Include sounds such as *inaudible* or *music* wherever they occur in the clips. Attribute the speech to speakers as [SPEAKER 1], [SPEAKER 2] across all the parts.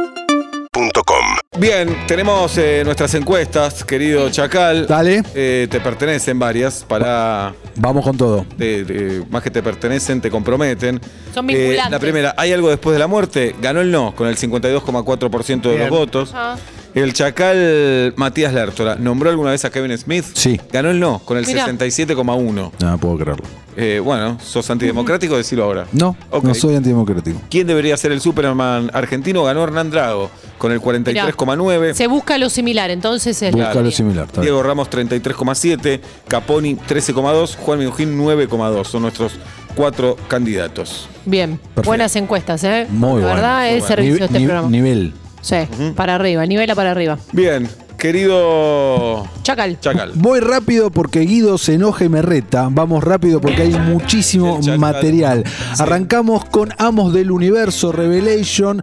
[SPEAKER 1] UrbanaPlayFM.com
[SPEAKER 2] Bien, tenemos eh, nuestras encuestas, querido Chacal.
[SPEAKER 3] Dale.
[SPEAKER 2] Eh, te pertenecen varias para.
[SPEAKER 3] Vamos con todo.
[SPEAKER 2] de- de- más que te pertenecen, te comprometen. Eh,
[SPEAKER 4] Son vinculantes.
[SPEAKER 2] la primera, ¿hay algo después de la muerte? Ganó el no, con el 52,4% de los
[SPEAKER 3] Bien.
[SPEAKER 2] votos.
[SPEAKER 4] Ah.
[SPEAKER 2] El Chacal Matías Lártora, ¿nombró alguna vez a Kevin Smith?
[SPEAKER 3] Sí.
[SPEAKER 2] Ganó el no, con el
[SPEAKER 4] Mirá.
[SPEAKER 2] 67,1%.
[SPEAKER 3] No, no puedo creerlo.
[SPEAKER 2] Eh, bueno, ¿sos antidemocrático? Decilo ahora.
[SPEAKER 3] No,
[SPEAKER 2] Ok.
[SPEAKER 3] no soy antidemocrático.
[SPEAKER 2] ¿Quién debería ser el Superman argentino? Ganó Hernán Drago con el 43,9.
[SPEAKER 4] Se busca lo similar, entonces este, es.
[SPEAKER 3] Busca
[SPEAKER 4] la
[SPEAKER 3] lo
[SPEAKER 4] teoría.
[SPEAKER 3] similar. está bien.
[SPEAKER 2] Diego Ramos 33,7, Caponi 13,2, Juan Minujín 9,2. Son nuestros cuatro candidatos.
[SPEAKER 4] Bien,
[SPEAKER 3] Perfecto.
[SPEAKER 4] buenas encuestas, ¿eh?
[SPEAKER 3] Muy
[SPEAKER 4] La
[SPEAKER 3] bueno,
[SPEAKER 4] verdad
[SPEAKER 3] muy
[SPEAKER 4] es
[SPEAKER 2] bueno.
[SPEAKER 4] servicio
[SPEAKER 3] Nive-
[SPEAKER 4] este
[SPEAKER 3] ni-
[SPEAKER 4] programa.
[SPEAKER 3] Nivel.
[SPEAKER 4] Sí, para arriba, nivela para arriba.
[SPEAKER 2] Bien, querido
[SPEAKER 4] Chacal.
[SPEAKER 2] Chacal.
[SPEAKER 3] Voy rápido porque Guido se enoja y me reta. Vamos rápido porque hay muchísimo
[SPEAKER 2] El chacal.
[SPEAKER 3] material.
[SPEAKER 2] Sí.
[SPEAKER 3] Arrancamos con Amos del Universo, Revelation,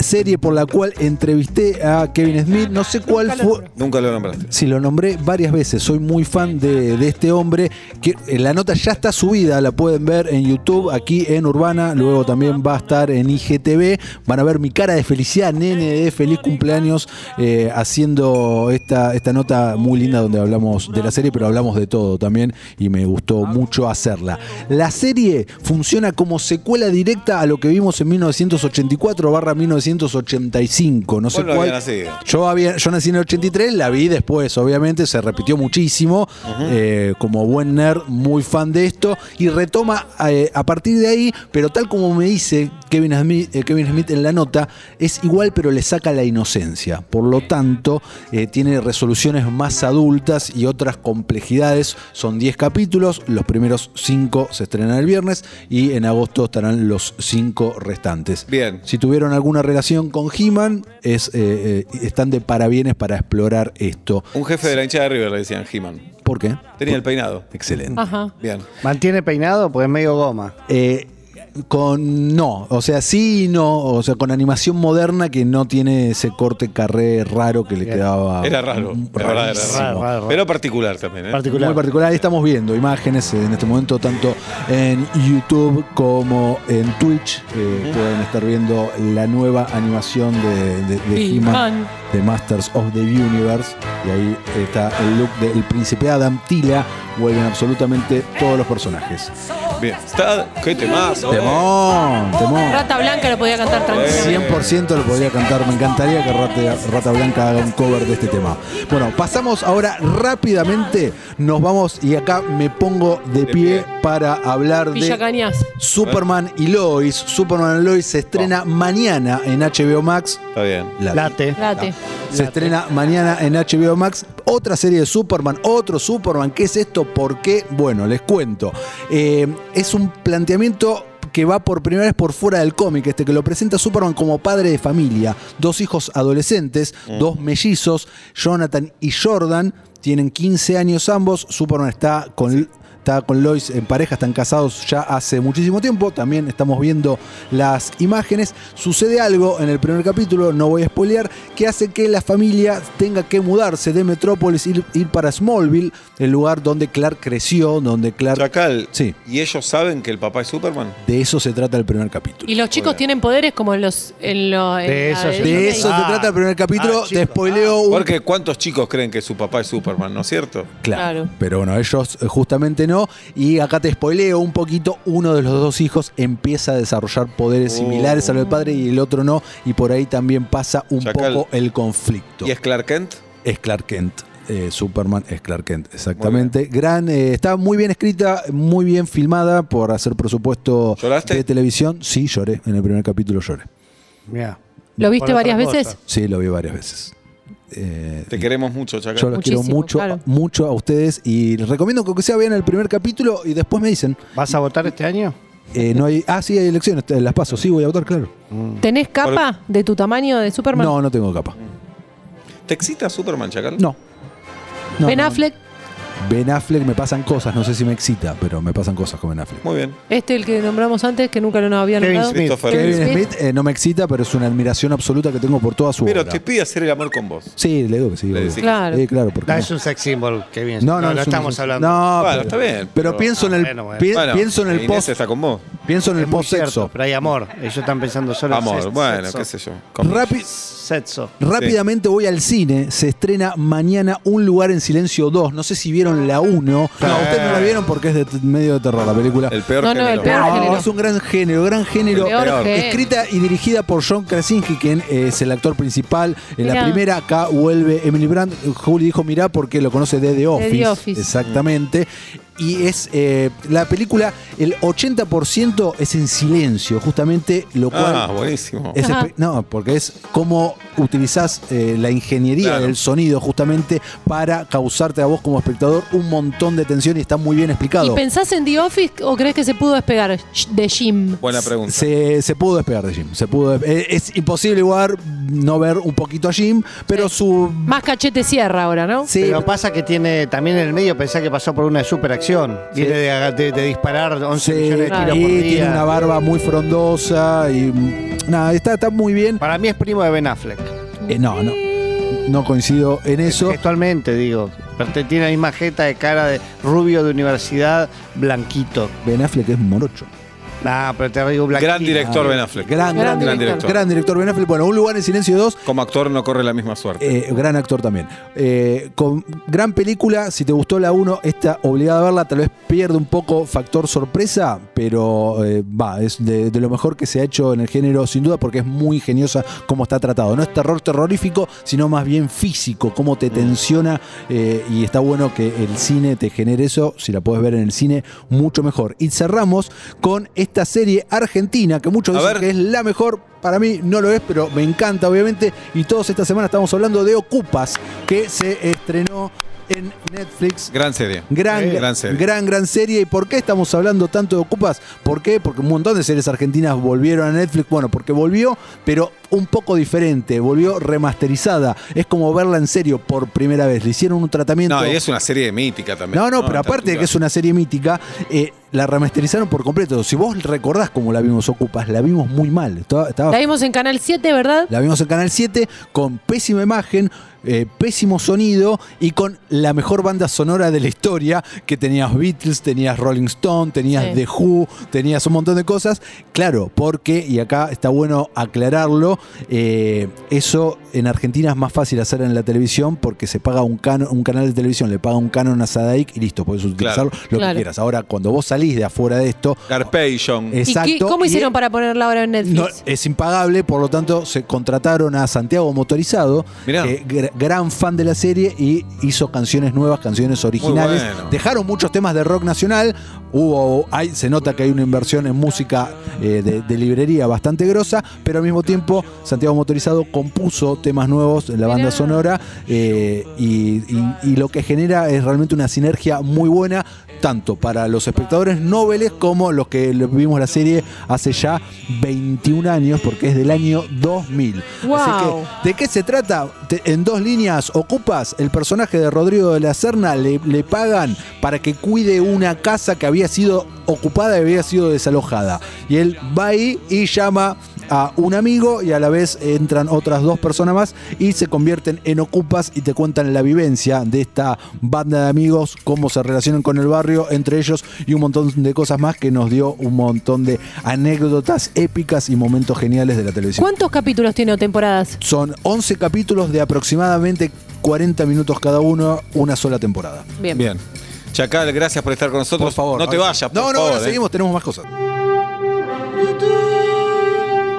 [SPEAKER 3] serie por la cual entrevisté a Kevin Smith. No sé cuál fue.
[SPEAKER 2] Nunca lo nombraste.
[SPEAKER 3] Sí, lo nombré varias veces. Soy muy fan de, de este hombre. Que, eh, la nota ya está subida, la pueden ver en YouTube, aquí en Urbana. Luego también va a estar en IGTV. Van a ver mi cara de felicidad, nene, de feliz cumpleaños, eh, haciendo esta, esta nota muy linda donde hablamos de la serie, pero hablamos de todo también y me gustó mucho hacerla. La serie funciona como secuela directa a lo que vimos en 1984 barra 1985. No sé
[SPEAKER 2] Vos no
[SPEAKER 3] cuál.
[SPEAKER 2] habías nacido.
[SPEAKER 3] Yo, había, yo nací en el 83, la vi después, obviamente, se repitió muchísimo. eh, como buen nerd, muy fan de esto. Y retoma eh, a partir de ahí, pero tal como me dice Kevin Smith, eh, Kevin Smith en la nota, es igual, pero le saca la inocencia. Por lo tanto, eh, tiene resoluciones más adultas y otras complejidades. Son 10 capítulos, los primeros 5 se estrenan el viernes y en agosto estarán los 5 restantes.
[SPEAKER 2] Bien.
[SPEAKER 3] Si tuvieron alguna relación con He-Man, es, eh, eh, están de parabienes para explorar esto.
[SPEAKER 2] Un jefe de la hinchada de River, le decían He-Man.
[SPEAKER 3] ¿Por qué?
[SPEAKER 2] Tenía el peinado.
[SPEAKER 3] Excelente.
[SPEAKER 4] Ajá.
[SPEAKER 2] Bien.
[SPEAKER 5] ¿Mantiene peinado? Pues es medio goma.
[SPEAKER 3] Eh, con no, o sea, sí y no, o sea, con animación moderna que no tiene ese corte carré raro que le
[SPEAKER 5] Bien.
[SPEAKER 3] quedaba.
[SPEAKER 2] Era raro. La verdad, era
[SPEAKER 3] rarísimo.
[SPEAKER 5] Raro, raro, raro.
[SPEAKER 2] Pero particular también. ¿eh?
[SPEAKER 5] Particular.
[SPEAKER 3] Muy particular. Ahí estamos viendo imágenes eh, en este momento, tanto en YouTube como en Twitch. Eh, Pueden estar viendo la nueva animación de, de, de He-Man,
[SPEAKER 4] He-Man.
[SPEAKER 3] de Masters of the Universe. Y ahí está el look del príncipe Adam Tila. Vuelven absolutamente todos los personajes.
[SPEAKER 2] Bien. Está, qué temazo.
[SPEAKER 3] Temón, temón.
[SPEAKER 4] Rata Blanca lo podía cantar tranquilo.
[SPEAKER 3] 100% lo podría cantar. Me encantaría que Rata, Rata Blanca haga un cover de este tema. Bueno, pasamos ahora rápidamente. Nos vamos y acá me pongo de, pie,
[SPEAKER 2] pie.
[SPEAKER 3] para hablar
[SPEAKER 4] Villa
[SPEAKER 3] de
[SPEAKER 4] Cañas.
[SPEAKER 3] Superman y Lois. Superman y Lois se estrena mañana en HBO Max.
[SPEAKER 2] Está bien.
[SPEAKER 3] La-
[SPEAKER 5] Late.
[SPEAKER 4] Date.
[SPEAKER 3] se estrena mañana en HBO Max otra serie de Superman, otro Superman. ¿Qué es esto? ¿Por qué? Bueno, les cuento. Eh, es un planteamiento que va por primera vez por fuera del cómic, este que lo presenta Superman como padre de familia, dos hijos adolescentes, dos mellizos, Jonathan y Jordan, tienen 15 años ambos, Superman está con está con Lois en pareja, están casados ya hace muchísimo tiempo, también estamos viendo las imágenes, sucede algo en el primer capítulo, no voy a spoilear, que hace que la familia tenga que mudarse de Metrópolis, ir, ir para Smallville, el lugar donde Clark creció, donde Clark...
[SPEAKER 2] Chacal.
[SPEAKER 3] Sí.
[SPEAKER 2] ¿Y ellos saben que el papá es Superman?
[SPEAKER 3] De eso se trata el primer capítulo.
[SPEAKER 4] Y los chicos tienen poderes como en los. En lo, en
[SPEAKER 5] De
[SPEAKER 4] la
[SPEAKER 5] eso se-
[SPEAKER 3] De eso se
[SPEAKER 5] Ah,
[SPEAKER 3] trata el primer capítulo,
[SPEAKER 5] ah,
[SPEAKER 3] te
[SPEAKER 5] chicos,
[SPEAKER 3] spoileo un
[SPEAKER 2] Porque ¿cuántos chicos creen que su papá es Superman, no es cierto?
[SPEAKER 3] Claro.
[SPEAKER 4] Claro.
[SPEAKER 3] Pero bueno, ellos eh, justamente no. Y acá te spoileo un poquito. Uno de los dos hijos empieza a desarrollar poderes
[SPEAKER 2] Oh.
[SPEAKER 3] similares al del padre y el otro no. Y por ahí también pasa un
[SPEAKER 2] Chacal.
[SPEAKER 3] poco el conflicto.
[SPEAKER 2] ¿Y es Clark Kent?
[SPEAKER 3] Es Clark Kent. Eh, Superman es Clark Kent, exactamente. Gran, eh, está muy bien escrita, muy bien filmada por hacer presupuesto
[SPEAKER 2] ¿Lloraste?
[SPEAKER 3] de televisión. Sí, lloré. En el primer capítulo lloré.
[SPEAKER 5] Mirá.
[SPEAKER 4] ¿Lo
[SPEAKER 5] Por
[SPEAKER 4] viste
[SPEAKER 5] otra
[SPEAKER 4] varias
[SPEAKER 5] cosa.
[SPEAKER 4] veces?
[SPEAKER 3] Sí, lo vi varias veces. Eh,
[SPEAKER 2] Te queremos mucho, Chacal.
[SPEAKER 3] yo los quiero
[SPEAKER 4] Muchísimo,
[SPEAKER 3] mucho,
[SPEAKER 4] claro.
[SPEAKER 3] mucho a ustedes y les recomiendo que aunque sea vean el primer capítulo y después me dicen.
[SPEAKER 5] ¿Vas a votar este año?
[SPEAKER 2] *laughs*
[SPEAKER 3] Eh, no hay, ah, sí, hay elecciones, te- las paso, sí, voy a votar, claro.
[SPEAKER 4] ¿Tenés capa de tu tamaño de Superman?
[SPEAKER 3] No, no tengo capa.
[SPEAKER 2] ¿Te excita Superman, Chacal?
[SPEAKER 3] No. No,
[SPEAKER 4] ben
[SPEAKER 3] no.
[SPEAKER 4] Affleck.
[SPEAKER 3] Ben Affleck me pasan cosas, no sé si me excita, pero me pasan cosas con Ben Affleck.
[SPEAKER 2] Muy bien.
[SPEAKER 4] Este, el que nombramos antes, que nunca lo había
[SPEAKER 5] Kevin
[SPEAKER 4] nombrado.
[SPEAKER 5] Smith.
[SPEAKER 2] Christopher
[SPEAKER 4] Kevin
[SPEAKER 2] Reeve.
[SPEAKER 3] Kevin Smith eh, no me excita, pero es una admiración absoluta que tengo por toda su
[SPEAKER 2] Pero
[SPEAKER 3] obra.
[SPEAKER 2] te pide hacer el amor con vos.
[SPEAKER 3] Sí, le digo que sí.
[SPEAKER 2] Le
[SPEAKER 3] obvio.
[SPEAKER 2] decís.
[SPEAKER 4] Claro.
[SPEAKER 3] Sí, claro, porque
[SPEAKER 5] No, es un sex symbol, Kevin.
[SPEAKER 3] No, no,
[SPEAKER 5] no,
[SPEAKER 3] es un-
[SPEAKER 5] estamos hablando.
[SPEAKER 3] No,
[SPEAKER 2] Bueno, está bien,
[SPEAKER 3] Pero,
[SPEAKER 2] pero-
[SPEAKER 3] pienso en el,
[SPEAKER 5] Ah, bueno, bueno.
[SPEAKER 3] pi-
[SPEAKER 2] Bueno,
[SPEAKER 3] pienso en el
[SPEAKER 2] Inés
[SPEAKER 3] post,
[SPEAKER 2] está con vos.
[SPEAKER 3] pienso en el
[SPEAKER 5] es muy
[SPEAKER 3] post
[SPEAKER 5] cierto,
[SPEAKER 3] sexo.
[SPEAKER 5] pero hay amor. Ellos están pensando solo en
[SPEAKER 2] Amor,
[SPEAKER 5] sex-
[SPEAKER 2] bueno,
[SPEAKER 5] sexo.
[SPEAKER 2] qué sé yo.
[SPEAKER 3] Rápi-
[SPEAKER 5] Sexo.
[SPEAKER 3] Rápidamente voy al cine, se estrena mañana Un lugar en silencio 2, no sé si vieron la 1, no, ustedes no la vieron porque es de t- medio de terror la película.
[SPEAKER 2] El peor
[SPEAKER 4] No, no, el
[SPEAKER 2] género.
[SPEAKER 4] peor
[SPEAKER 3] No,
[SPEAKER 4] género.
[SPEAKER 3] es un gran género, gran género.
[SPEAKER 4] Peor
[SPEAKER 2] Peor.
[SPEAKER 4] género.
[SPEAKER 3] Escrita y dirigida por John Krasinski, quien es el actor principal. En la
[SPEAKER 4] Mirá.
[SPEAKER 3] primera acá vuelve Emily Brandt. Julie dijo mirá porque lo conoce de The Office.
[SPEAKER 4] Office.
[SPEAKER 3] Exactamente. Y es eh, la película, el 80% es en silencio, justamente, lo cual...
[SPEAKER 2] Ah, buenísimo.
[SPEAKER 3] Es
[SPEAKER 4] Ajá.
[SPEAKER 3] espe- no, porque es cómo utilizás eh, la ingeniería
[SPEAKER 2] Claro.
[SPEAKER 3] del sonido justamente para causarte a vos como espectador un montón de tensión y está muy bien explicado.
[SPEAKER 4] ¿Y pensás en The Office o crees que se pudo despegar de Jim?
[SPEAKER 2] Buena pregunta.
[SPEAKER 3] Se, se pudo despegar de Jim. Se pudo, des- eh, es imposible igual no ver un poquito a Jim, pero su.
[SPEAKER 4] Más cachete cierra ahora, ¿no?
[SPEAKER 3] Sí,
[SPEAKER 5] Pero pasa que tiene también en el medio, pensá que pasó por una superacción. Viene de, de- de disparar 11
[SPEAKER 3] se-
[SPEAKER 5] millones de tiros
[SPEAKER 3] y
[SPEAKER 5] por día.
[SPEAKER 3] tiene una barba muy frondosa y. mm, Nada, está, está muy bien.
[SPEAKER 5] Para mí es primo de Ben Affleck.
[SPEAKER 3] Eh, no, no. No coincido en eso.
[SPEAKER 5] Textualmente, digo. Pero te- tiene la misma jeta de cara de rubio de universidad, blanquito.
[SPEAKER 3] Ben Affleck es morocho.
[SPEAKER 5] Nah, Ah, pero te digo blanquito.
[SPEAKER 2] Gran director Ben Affleck.
[SPEAKER 3] eh, Gran, gran,
[SPEAKER 4] Gran
[SPEAKER 3] gran director.
[SPEAKER 4] director.
[SPEAKER 3] Gran director Ben Affleck. Bueno, Un lugar en silencio 2.
[SPEAKER 2] Como actor no corre la misma suerte.
[SPEAKER 3] Eh, gran actor también. Eh, con gran película, si te gustó la 1, está obligada a verla, tal vez pierde un poco factor sorpresa, pero eh, va, es de, de lo mejor que se ha hecho en el género, sin duda, porque es muy ingeniosa cómo está tratado. No es terror terrorífico, sino más bien físico, cómo te tensiona eh, y está bueno que el cine te genere eso, si la puedes ver en el cine, mucho mejor. Y cerramos con esta serie argentina, que muchos
[SPEAKER 2] A
[SPEAKER 3] dicen
[SPEAKER 2] ver.
[SPEAKER 3] que es la mejor. Para mí no lo es, pero me encanta, obviamente. Y todos esta semana estamos hablando de Ocupas, que se estrenó en Netflix.
[SPEAKER 2] Gran serie.
[SPEAKER 3] Gran,
[SPEAKER 2] Eh, gran serie.
[SPEAKER 3] gran, gran serie. ¿Y por qué estamos hablando tanto de Ocupas? ¿Por qué? Porque un montón de series argentinas volvieron a Netflix. Bueno, porque volvió, pero un poco diferente. Volvió remasterizada. Es como verla en serio por primera vez. Le hicieron un tratamiento.
[SPEAKER 2] No, y es una serie mítica también.
[SPEAKER 3] No, no, pero aparte de que es una serie mítica, eh, la remasterizaron por completo. Si vos recordás cómo la vimos Ocupas, la vimos muy mal. Estaba- estaba-
[SPEAKER 4] La vimos en Canal 7, ¿verdad?
[SPEAKER 3] la vimos en Canal 7 con pésima imagen, eh, pésimo sonido y con la mejor banda sonora de la historia, que tenías Beatles, tenías Rolling Stone, tenías
[SPEAKER 4] Sí.
[SPEAKER 3] The Who, tenías un montón de cosas. Claro, porque, y acá está bueno aclararlo, eh, eso en Argentina es más fácil hacer en la televisión porque se paga un, cano- un canal de televisión, le paga un canon a Sadaic y listo, puedes utilizarlo lo que
[SPEAKER 4] Claro.
[SPEAKER 3] quieras. Ahora, cuando vos salís de afuera de esto...
[SPEAKER 2] Garpation.
[SPEAKER 4] ¿Y qué-
[SPEAKER 3] Exacto.
[SPEAKER 4] cómo
[SPEAKER 3] y-
[SPEAKER 4] hicieron para ponerla ahora en Netflix?
[SPEAKER 3] no, es impagable, por lo tanto se contrataron a Santiago Motorizado,
[SPEAKER 2] Mirá.
[SPEAKER 3] que gr- gran fan de la serie y hizo canciones nuevas, canciones originales.
[SPEAKER 2] Muy bueno.
[SPEAKER 3] Dejaron muchos temas de rock nacional, hubo, hay, se nota que hay una inversión en música eh, de, de librería bastante grosa, pero al mismo tiempo Santiago Motorizado compuso temas nuevos en la banda
[SPEAKER 4] Mirá.
[SPEAKER 3] sonora eh, y, y- y lo que genera es realmente una sinergia muy buena, tanto para los espectadores noveles como los que lo- vimos la serie hace ya 21 años, porque es del año 2000. Así
[SPEAKER 4] Wow.
[SPEAKER 3] que, ¿de qué se trata? Te- en dos líneas, ocupas el personaje de Rodrigo de la Serna, le, le pagan para que cuide una casa que había sido ocupada y había sido desalojada. Y él va ahí y llama a un amigo y a la vez entran otras dos personas más y se convierten en ocupas y te cuentan la vivencia de esta banda de amigos, cómo se relacionan con el barrio entre ellos y un montón de cosas más que nos dio un montón de anécdotas épicas y momentos geniales de la televisión.
[SPEAKER 4] ¿Cuántos capítulos tiene o temporadas?
[SPEAKER 3] Son 11 capítulos de aproximadamente 40 minutos cada uno, una sola temporada.
[SPEAKER 4] Bien.
[SPEAKER 2] Bien. Chacal, gracias por estar con nosotros.
[SPEAKER 3] Por favor.
[SPEAKER 2] No te
[SPEAKER 3] ahora-
[SPEAKER 2] vayas, por
[SPEAKER 3] No, no,
[SPEAKER 2] favor,
[SPEAKER 3] ahora
[SPEAKER 2] eh.
[SPEAKER 3] seguimos, tenemos más cosas.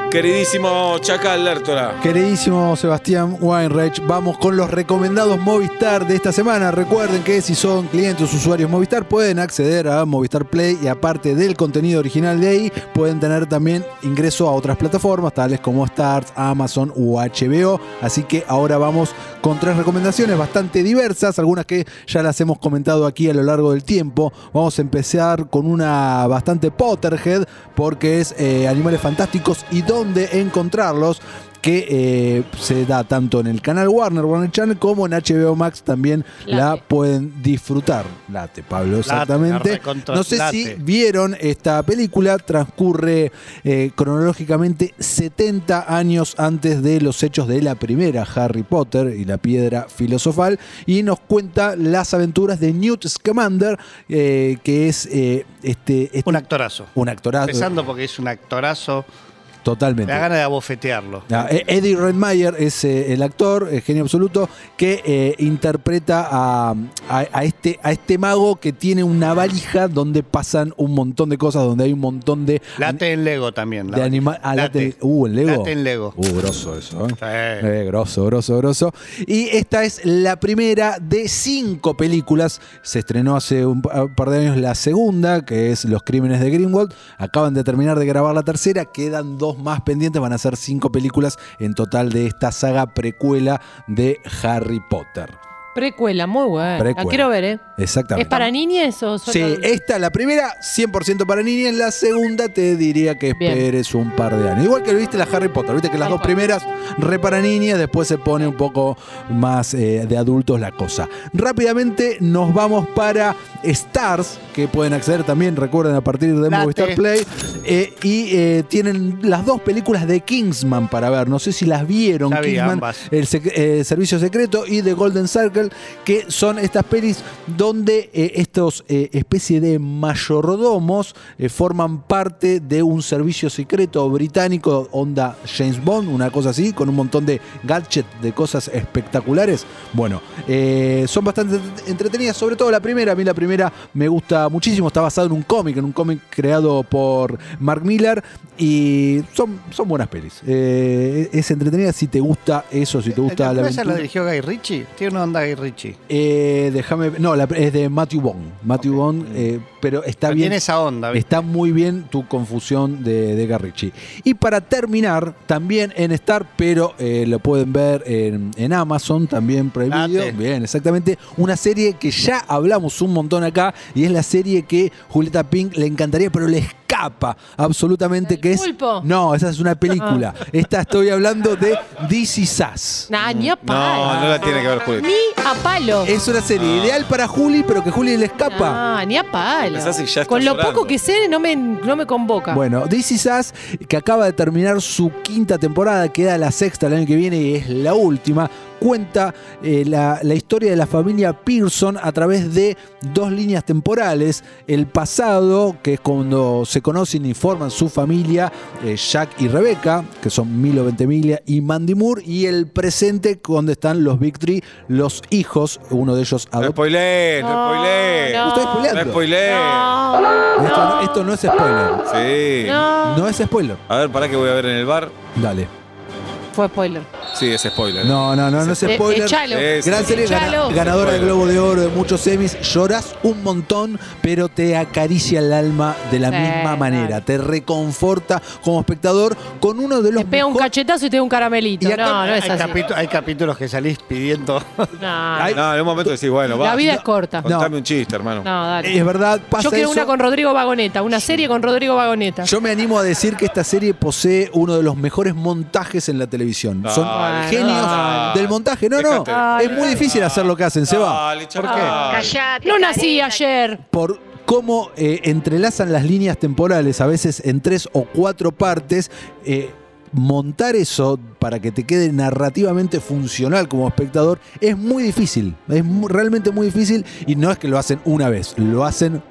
[SPEAKER 2] Queridísimo Chacal Lertora.
[SPEAKER 3] Queridísimo Sebastián Weinreich, vamos con los recomendados Movistar de esta semana. Recuerden que si son clientes usuarios Movistar pueden acceder a Movistar Play y aparte del contenido original de ahí pueden tener también ingreso a otras plataformas tales como Stars, Amazon u HBO. Así que ahora vamos con tres recomendaciones bastante diversas, algunas que ya las hemos comentado aquí a lo largo del tiempo. Vamos a empezar con una bastante Potterhead porque es eh, Animales Fantásticos y dónde encontrarlos que eh, se da tanto en el canal Warner, Warner Channel, como en HBO Max también la
[SPEAKER 4] Late.
[SPEAKER 3] pueden disfrutar. Late, Pablo,
[SPEAKER 5] la
[SPEAKER 3] exactamente.
[SPEAKER 5] recontra-
[SPEAKER 3] No sé
[SPEAKER 5] late.
[SPEAKER 3] si vieron esta película, transcurre eh, cronológicamente 70 años antes de los hechos de la primera Harry Potter y la piedra filosofal, y nos cuenta las aventuras de Newt Scamander, eh, que es eh, este, este-
[SPEAKER 5] Un actorazo.
[SPEAKER 3] un actorazo.
[SPEAKER 5] Empezando porque es un actorazo.
[SPEAKER 3] Totalmente.
[SPEAKER 5] La gana de abofetearlo.
[SPEAKER 3] Ah, eh, Eddie Redmayer es eh, el actor, eh, genio absoluto, que eh, interpreta a, a- a este, a este mago que tiene una valija donde pasan un montón de cosas, donde hay un montón de...
[SPEAKER 5] Late en Lego también.
[SPEAKER 3] de animal, ah, late. Uh, en Lego.
[SPEAKER 5] Late en Lego.
[SPEAKER 3] Uh, grosso eso, ¿eh?
[SPEAKER 5] Sí.
[SPEAKER 3] Eh, grosso, grosso, grosso. Y esta es la primera de cinco películas. Se estrenó hace un pa- par de años la segunda, que es Los Crímenes de Greenwald. Acaban de terminar de grabar la tercera. Quedan dos más pendientes. Van a ser cinco películas en total de esta saga precuela de Harry Potter.
[SPEAKER 4] Precuela, muy buena. La
[SPEAKER 3] Precuela.
[SPEAKER 4] quiero ver, ¿eh?
[SPEAKER 3] Exactamente.
[SPEAKER 4] ¿Es para niñes o solo-
[SPEAKER 3] Sí, esta, la primera, 100% para niñas. La segunda, te diría que
[SPEAKER 4] Bien.
[SPEAKER 3] esperes un par de años. Igual que lo viste la Harry Potter, viste que las
[SPEAKER 4] Tal
[SPEAKER 3] dos
[SPEAKER 4] cual.
[SPEAKER 3] primeras re para niñas, después se pone un poco más eh, de adultos la cosa. Rápidamente nos vamos para Stars, que pueden acceder también, recuerden, a partir de
[SPEAKER 5] Late.
[SPEAKER 3] Movistar Play. eh, y eh, tienen las dos películas de Kingsman para ver. No sé si las vieron,
[SPEAKER 5] Ya vi
[SPEAKER 3] Kingsman.
[SPEAKER 5] ambas.
[SPEAKER 3] El sec- eh, Servicio Secreto y The Golden Circle, que son estas pelis donde eh, estos eh, especie de mayordomos eh, forman parte de un servicio secreto británico, onda James Bond, una cosa así, con un montón de gadgets, de cosas espectaculares. Bueno, eh, son bastante ent- entretenidas, sobre todo la primera. A mí la primera me gusta muchísimo, está basado en un cómic, en un cómic creado por Mark Millar y son, son buenas pelis. Eh, es entretenida si te gusta eso, si te gusta la
[SPEAKER 5] Eh, ¿La esa la
[SPEAKER 3] aventura.
[SPEAKER 5] dirigió Guy Ritchie? Tiene una onda Guy Ritchie.
[SPEAKER 3] Eh, déjame ver. no, la- es de Matthew Bond. Matthew
[SPEAKER 5] Ok.
[SPEAKER 3] Bond, eh, pero está
[SPEAKER 5] Pero
[SPEAKER 3] bien.
[SPEAKER 5] Tiene esa onda. ¿viste?
[SPEAKER 3] Está muy bien tu confusión de, de Garrichi. Y para terminar, también en Star, pero eh, lo pueden ver en, en Amazon, también prohibido.
[SPEAKER 5] Date.
[SPEAKER 3] Bien, exactamente. Una serie que ya hablamos un montón acá y es la serie que Julieta Pink le encantaría, pero le escapa absolutamente.
[SPEAKER 4] ¿El
[SPEAKER 3] que
[SPEAKER 4] pulpo?
[SPEAKER 3] es No, esa es una película. Esta estoy hablando de DC Sass.
[SPEAKER 4] Nah, ni a palo.
[SPEAKER 2] No, no la tiene que ver Julieta.
[SPEAKER 4] Ni a palo.
[SPEAKER 3] Es una serie
[SPEAKER 2] No.
[SPEAKER 3] ideal para Juli, pero que Juli le escapa.
[SPEAKER 4] Ah, ni a palo.
[SPEAKER 2] Pensás y ya está
[SPEAKER 4] Con lo
[SPEAKER 2] llorando.
[SPEAKER 4] poco que sé, no me, no me convoca.
[SPEAKER 3] Bueno, This Is Us, que acaba de terminar su quinta temporada, queda la sexta el año que viene y es la última, cuenta eh, la, la historia de la familia Pearson a través de dos líneas temporales. El pasado, que es cuando se conocen y forman su familia, eh, Jack y Rebecca, que son Milo Ventimiglia y Mandy Moore, y el presente, donde están los Big Three, los hijos, uno de ellos
[SPEAKER 2] No
[SPEAKER 3] adoptado.
[SPEAKER 2] spoilé, no
[SPEAKER 4] No,
[SPEAKER 2] spoilé.
[SPEAKER 4] no.
[SPEAKER 3] Estoy spoileando.
[SPEAKER 2] No spoilé.
[SPEAKER 4] No,
[SPEAKER 3] Esto, no- esto no es spoiler.
[SPEAKER 2] Sí.
[SPEAKER 4] no.
[SPEAKER 3] No es spoiler.
[SPEAKER 2] A ver, pará que voy a ver en el bar.
[SPEAKER 3] Dale.
[SPEAKER 4] Fue spoiler.
[SPEAKER 2] Sí, es spoiler.
[SPEAKER 3] No, no, no, no es
[SPEAKER 4] Eh,
[SPEAKER 3] spoiler.
[SPEAKER 4] echalo.
[SPEAKER 2] Es-
[SPEAKER 3] Gran serie gana-
[SPEAKER 4] Echalo.
[SPEAKER 3] ganadora del
[SPEAKER 2] Spoiler.
[SPEAKER 3] Globo de Oro de muchos semis. Lloras un montón, pero te acaricia el alma de la
[SPEAKER 4] Sí,
[SPEAKER 3] misma manera.
[SPEAKER 4] dale.
[SPEAKER 3] Te reconforta como espectador con uno de los
[SPEAKER 4] Te pega un
[SPEAKER 3] mejor-
[SPEAKER 4] cachetazo y te da un caramelito.
[SPEAKER 3] Y acá-
[SPEAKER 4] no, no es
[SPEAKER 5] hay,
[SPEAKER 4] así.
[SPEAKER 5] capitu- hay capítulos que salís pidiendo. *laughs*
[SPEAKER 4] No,
[SPEAKER 3] Ay,
[SPEAKER 4] no.
[SPEAKER 2] No, en un momento decís, bueno, va.
[SPEAKER 4] Ah, la vida es corta. No,
[SPEAKER 2] Contame un chiste, hermano.
[SPEAKER 4] dale.
[SPEAKER 3] Es verdad, pasa
[SPEAKER 4] Yo quiero
[SPEAKER 3] eso.
[SPEAKER 4] una con Rodrigo Vagoneta, una serie con Rodrigo Vagoneta.
[SPEAKER 3] Yo me animo a decir que esta serie posee uno de los mejores montajes en la televisión.
[SPEAKER 2] Dale,
[SPEAKER 3] Son
[SPEAKER 2] dale.
[SPEAKER 3] genios del montaje. No, no,
[SPEAKER 2] Dejate.
[SPEAKER 3] es muy difícil hacer lo que hacen, se va.
[SPEAKER 2] Dale,
[SPEAKER 5] ¿Por qué?
[SPEAKER 2] charla.
[SPEAKER 4] no nací ayer.
[SPEAKER 3] por cómo eh, entrelazan las líneas temporales, a veces en tres o cuatro partes. eh, Montar eso para que te quede narrativamente funcional como espectador es muy difícil, es mu- realmente muy difícil y no es que lo hacen una vez, lo hacen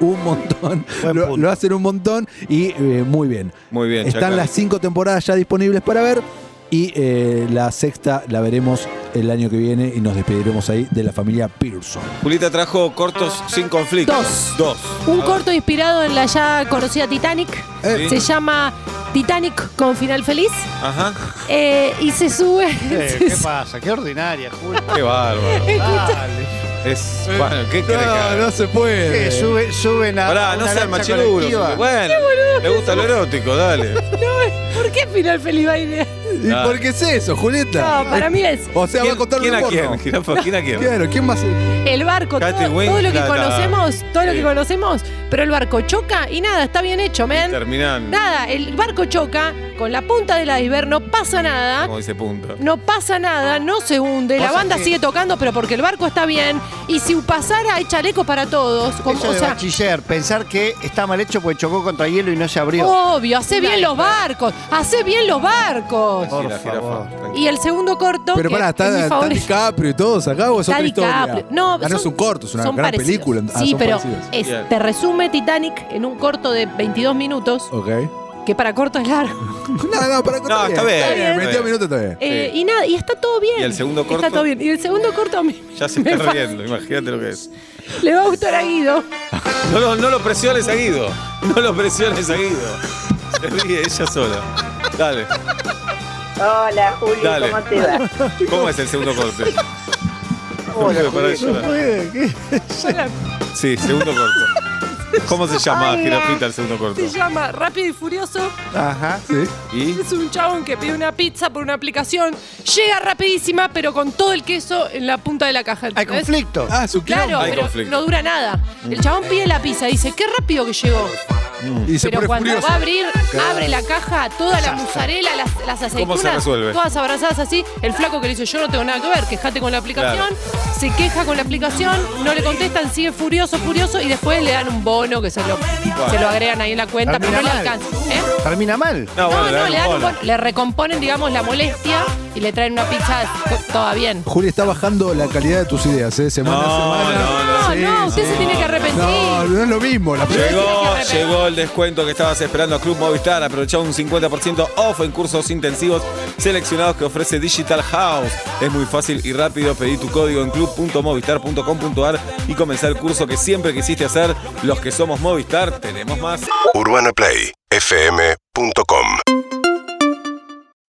[SPEAKER 3] un montón,
[SPEAKER 5] *laughs* Buen
[SPEAKER 3] lo,
[SPEAKER 5] punto.
[SPEAKER 3] lo hacen un montón y eh, muy bien.
[SPEAKER 2] Muy bien,
[SPEAKER 3] Están
[SPEAKER 2] Chacal.
[SPEAKER 3] las cinco temporadas ya disponibles para ver y eh, la sexta la veremos el año que viene y nos despediremos ahí de la familia Pearson.
[SPEAKER 2] Julieta trajo cortos sin conflicto.
[SPEAKER 4] Dos.
[SPEAKER 2] Dos.
[SPEAKER 4] Ah. Un
[SPEAKER 2] A ver.
[SPEAKER 4] corto inspirado en la ya conocida Titanic.
[SPEAKER 2] Eh.
[SPEAKER 4] Se llama Titanic con final feliz.
[SPEAKER 2] Ajá.
[SPEAKER 4] Eh, y se sube.
[SPEAKER 5] Eh,
[SPEAKER 4] *laughs* se
[SPEAKER 5] ¿Qué pasa? Qué ordinaria, Julio.
[SPEAKER 2] Qué bárbaro.
[SPEAKER 5] Dale.
[SPEAKER 2] Es. Bueno, ¿qué querés que haga?
[SPEAKER 3] No, no se puede.
[SPEAKER 5] Que sube- suben a.
[SPEAKER 2] Pará,
[SPEAKER 5] a
[SPEAKER 2] no
[SPEAKER 5] una
[SPEAKER 2] sean
[SPEAKER 5] lancha
[SPEAKER 2] machirulos.
[SPEAKER 5] colectiva.
[SPEAKER 2] Bueno, le gusta lo erótico, dale.
[SPEAKER 4] No, *laughs* ¿Por qué final feliz baile?
[SPEAKER 3] ¿Y
[SPEAKER 2] Ah.
[SPEAKER 3] por qué es eso, Julieta?
[SPEAKER 4] No, para mí es
[SPEAKER 3] O sea, va a
[SPEAKER 2] ¿Quién,
[SPEAKER 3] contar
[SPEAKER 2] quién
[SPEAKER 3] un
[SPEAKER 2] a quién? *laughs*
[SPEAKER 3] porno.
[SPEAKER 2] Jirafa, ¿Quién a quién?
[SPEAKER 3] Claro, ¿quién más?
[SPEAKER 4] el barco, todo,
[SPEAKER 2] Cathy Wing,
[SPEAKER 4] todo lo que
[SPEAKER 2] la- la-
[SPEAKER 4] conocemos, todo lo
[SPEAKER 2] sí.
[SPEAKER 4] que conocemos, pero el barco choca y nada, está bien hecho,
[SPEAKER 2] Y
[SPEAKER 4] men.
[SPEAKER 2] Terminan.
[SPEAKER 4] Nada, el barco choca con la punta del iceberg, no pasa nada.
[SPEAKER 2] Como dice punto.
[SPEAKER 4] No pasa nada, no se hunde, la
[SPEAKER 5] Pasa
[SPEAKER 4] banda
[SPEAKER 5] que-
[SPEAKER 4] sigue tocando, pero porque el barco está bien. Y si pasara, hay chalecos para todos. como-
[SPEAKER 5] Eso
[SPEAKER 4] o
[SPEAKER 5] de
[SPEAKER 4] sea,
[SPEAKER 5] bachiller, pensar que está mal hecho porque chocó contra hielo y no se abrió.
[SPEAKER 4] obvio, hace bien los barcos, hace bien los barcos.
[SPEAKER 5] Por
[SPEAKER 2] Sí, la jirafa,
[SPEAKER 5] favor.
[SPEAKER 2] tranquila.
[SPEAKER 4] Y el segundo corto.
[SPEAKER 3] Pero
[SPEAKER 4] que
[SPEAKER 3] pará,
[SPEAKER 4] es mi
[SPEAKER 3] está, está
[SPEAKER 4] favorito.
[SPEAKER 3] DiCaprio y todos acá o es
[SPEAKER 4] Está
[SPEAKER 3] otra historia.
[SPEAKER 4] DiCaprio. No,
[SPEAKER 3] Ah, no
[SPEAKER 4] son-
[SPEAKER 3] es un corto, es una
[SPEAKER 4] son
[SPEAKER 3] gran
[SPEAKER 4] parecidos.
[SPEAKER 3] película. Ah,
[SPEAKER 4] sí,
[SPEAKER 3] son
[SPEAKER 4] pero eh,
[SPEAKER 3] parecidos.
[SPEAKER 4] es-
[SPEAKER 2] Bien.
[SPEAKER 4] te resume Titanic en un corto de 22 minutos, *laughs*
[SPEAKER 3] Ok. Oh.
[SPEAKER 4] que para corto es largo.
[SPEAKER 3] No, no, para
[SPEAKER 2] No, está bien,
[SPEAKER 4] está bien.
[SPEAKER 3] 22 minutos está bien.
[SPEAKER 4] Eh, y nada, y está todo bien.
[SPEAKER 2] ¿Y el segundo corto?
[SPEAKER 4] Está todo bien. Y el segundo corto a mí *laughs*
[SPEAKER 2] Ya se
[SPEAKER 4] me
[SPEAKER 2] está
[SPEAKER 4] fa-
[SPEAKER 2] riendo, imagínate lo que es.
[SPEAKER 4] Le va a gustar a Guido.
[SPEAKER 2] No, lo- no lo presiones a Guido. No lo presiones a Guido. Se ríe ella sola. Dale.
[SPEAKER 1] Hola Juli,
[SPEAKER 2] Dale.
[SPEAKER 1] ¿cómo te va?
[SPEAKER 2] ¿Cómo es el segundo corte? No puedo parar de llorar.
[SPEAKER 5] puede, ¿qué?
[SPEAKER 4] Hola.
[SPEAKER 2] Sí, segundo corto. ¿Cómo se llama,
[SPEAKER 4] Ay,
[SPEAKER 2] Girafita, el segundo corto?
[SPEAKER 4] Se llama Rápido y Furioso.
[SPEAKER 5] Ajá.
[SPEAKER 3] Sí.
[SPEAKER 2] ¿Y?
[SPEAKER 4] Es un chabón que pide una pizza por una aplicación. Llega rapidísima, pero con todo el queso en la punta de la caja.
[SPEAKER 5] Hay
[SPEAKER 4] ¿entendés?
[SPEAKER 5] conflicto.
[SPEAKER 3] Ah, su
[SPEAKER 4] Claro,
[SPEAKER 2] Hay
[SPEAKER 4] pero
[SPEAKER 2] conflicto.
[SPEAKER 4] no dura nada. El chabón pide la pizza y dice, qué rápido que llegó.
[SPEAKER 3] quilombo. Y se
[SPEAKER 4] pero
[SPEAKER 3] pone
[SPEAKER 4] cuando
[SPEAKER 3] furioso.
[SPEAKER 4] va a abrir, abre la caja, toda la mozzarella, las,
[SPEAKER 2] ¿Cómo
[SPEAKER 4] las
[SPEAKER 2] se
[SPEAKER 4] aceitunas,
[SPEAKER 2] resuelve?
[SPEAKER 4] todas abrazadas así. El flaco que le dice, yo no tengo nada que ver, quejate con la aplicación. Se queja con la aplicación, no le contestan, sigue furioso, furioso, y después le dan un bono que se lo, se lo agregan ahí en la cuenta, pero no le
[SPEAKER 5] Termina mal.
[SPEAKER 4] alcanza. ¿Eh?
[SPEAKER 5] Termina mal.
[SPEAKER 2] No,
[SPEAKER 4] No,
[SPEAKER 2] bueno,
[SPEAKER 4] no,
[SPEAKER 2] le dan un bono.
[SPEAKER 4] le recomponen, digamos, la molestia y le traen una pizza toda bien.
[SPEAKER 3] Juli está bajando la calidad de tus ideas, ¿eh? Semana
[SPEAKER 2] No,
[SPEAKER 3] a semana.
[SPEAKER 2] no,
[SPEAKER 4] No, no, usted se tiene que arrepentir.
[SPEAKER 3] No, no es lo mismo. La primera-
[SPEAKER 2] Llegó,
[SPEAKER 4] Sí, sí, sí.
[SPEAKER 2] llegó el descuento que estabas esperando. Club Movistar aprovechó un 50% off en cursos intensivos seleccionados que ofrece Digital House. Es muy fácil y rápido. Pedí tu código en club.movistar.com.ar y comenzar el curso que siempre quisiste hacer. Los que somos Movistar tenemos más.
[SPEAKER 6] UrbanaPlayFM.com